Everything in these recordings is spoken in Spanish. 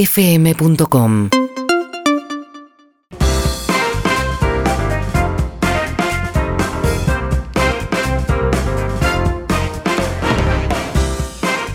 urbanaplayfm.com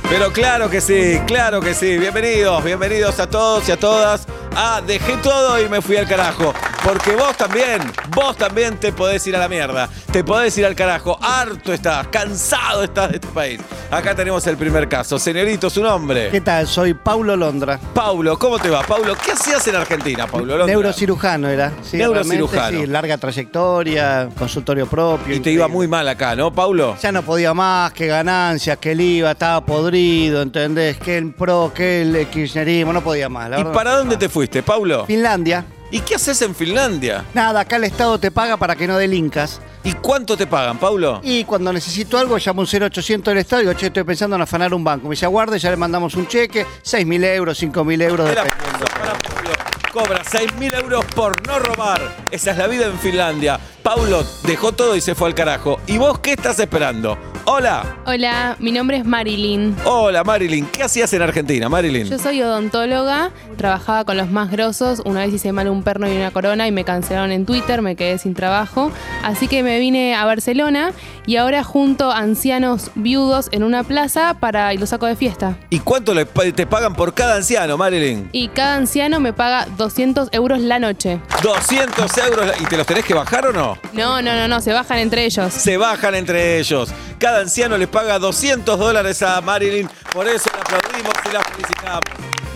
Pero claro que sí, claro que sí. Bienvenidos, bienvenidos a todos y a todas. Ah, dejé todo y me fui al carajo. Porque vos también, vos también te podés ir a la mierda. Te podés ir al carajo. Harto estás, cansado estás de este país. Acá tenemos el primer caso. Señorito, su nombre. ¿Qué tal? Soy Paulo Londra. Paulo, ¿cómo te va? Paulo, ¿qué hacías en Argentina, Paulo? Londra? Neurocirujano era. Sí, Neurocirujano. realmente, Sí, larga trayectoria, consultorio propio. Y te iba muy mal acá, ¿no, Paulo? Ya no podía más, que ganancias, que el IVA, estaba podrido, ¿entendés? Que el PRO, que el kirchnerismo, no podía más. La ¿Y verdad. para dónde te fuiste, Paulo? Finlandia. ¿Y qué haces en Finlandia? Nada, acá el Estado te paga para que no delincas. ¿Y cuánto te pagan, Paulo? Y cuando necesito algo, llamo un 0800 del Estado y digo, che, estoy pensando en afanar un banco. Me dice, aguarde, ya le mandamos un cheque, 6.000 euros, 5.000 euros. Era depende. Pablo, para Pablo. Cobra 6.000 euros por no robar. Esa es la vida en Finlandia. Paulo dejó todo y se fue al carajo. ¿Y vos qué estás esperando? Hola. Hola, mi nombre es Marilyn. Hola, Marilyn. ¿Qué hacías en Argentina, Marilyn? Yo soy odontóloga, trabajaba con los más grosos, una vez hice mal un perno y una corona y me cancelaron en Twitter, me quedé sin trabajo, así que me vine a Barcelona y ahora junto a ancianos viudos en una plaza para y los saco de fiesta. ¿Y cuánto le pa- te pagan por cada anciano, Marilyn? Y cada anciano me paga 200 euros la noche. 200 euros. la- ¿Y te los tenés que bajar o no? No, no, no, no, se bajan entre ellos. Se bajan entre ellos. Cada anciano les paga 200 dólares a Marilyn. Por eso la aplaudimos y la felicitamos.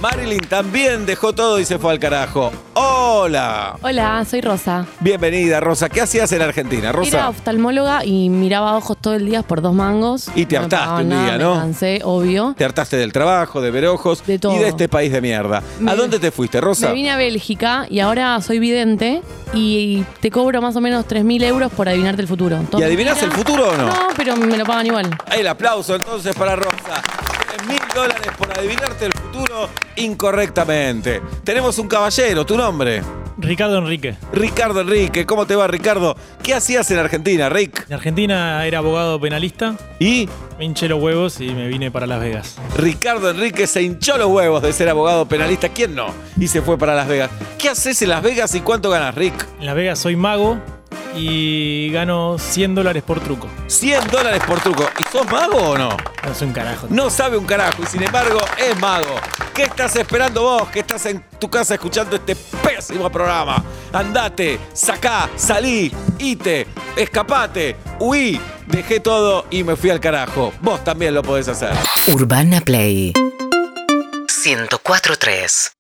Marilyn también dejó todo y se fue al carajo. Hola. Hola, soy Rosa. Bienvenida, Rosa. ¿Qué hacías en Argentina, Era Rosa? oftalmóloga y miraba ojos todo el día por dos mangos. Y te No me hartaste pagaban un nada, día, ¿no? Me cansé, obvio. Te hartaste del trabajo, de ver ojos De todo. y de este país de mierda. ¿A Me- dónde te fuiste, Rosa? Me vine a Bélgica y ahora soy vidente y te cobro más o menos 3.000 euros por adivinarte el futuro. Todo ¿Y adivinás el mentira. futuro o no? No, pero me lo pagan igual. El aplauso entonces para Rosa. Mil dólares por adivinarte el futuro incorrectamente. Tenemos un caballero, tu nombre. Ricardo Enrique. Ricardo Enrique. ¿Cómo te va, Ricardo? ¿Qué hacías en Argentina, Rick? En Argentina era abogado penalista, Y me hinché los huevos y me vine para Las Vegas. Ricardo Enrique se hinchó los huevos de ser abogado penalista. ¿Quién no? Y se fue para Las Vegas. ¿Qué haces en Las Vegas y cuánto ganas, Rick? En Las Vegas soy mago y gano 100 dólares por truco. 100 dólares por truco. ¿Y sos mago o no? No soy un carajo. No sabe un carajo y sin embargo es mago. ¿Qué estás esperando vos que estás en tu casa escuchando este pésimo programa? Andate, sacá, salí, ite, escapate, huí, dejé todo y me fui al carajo. Vos también lo podés hacer. Urbana Play 104.3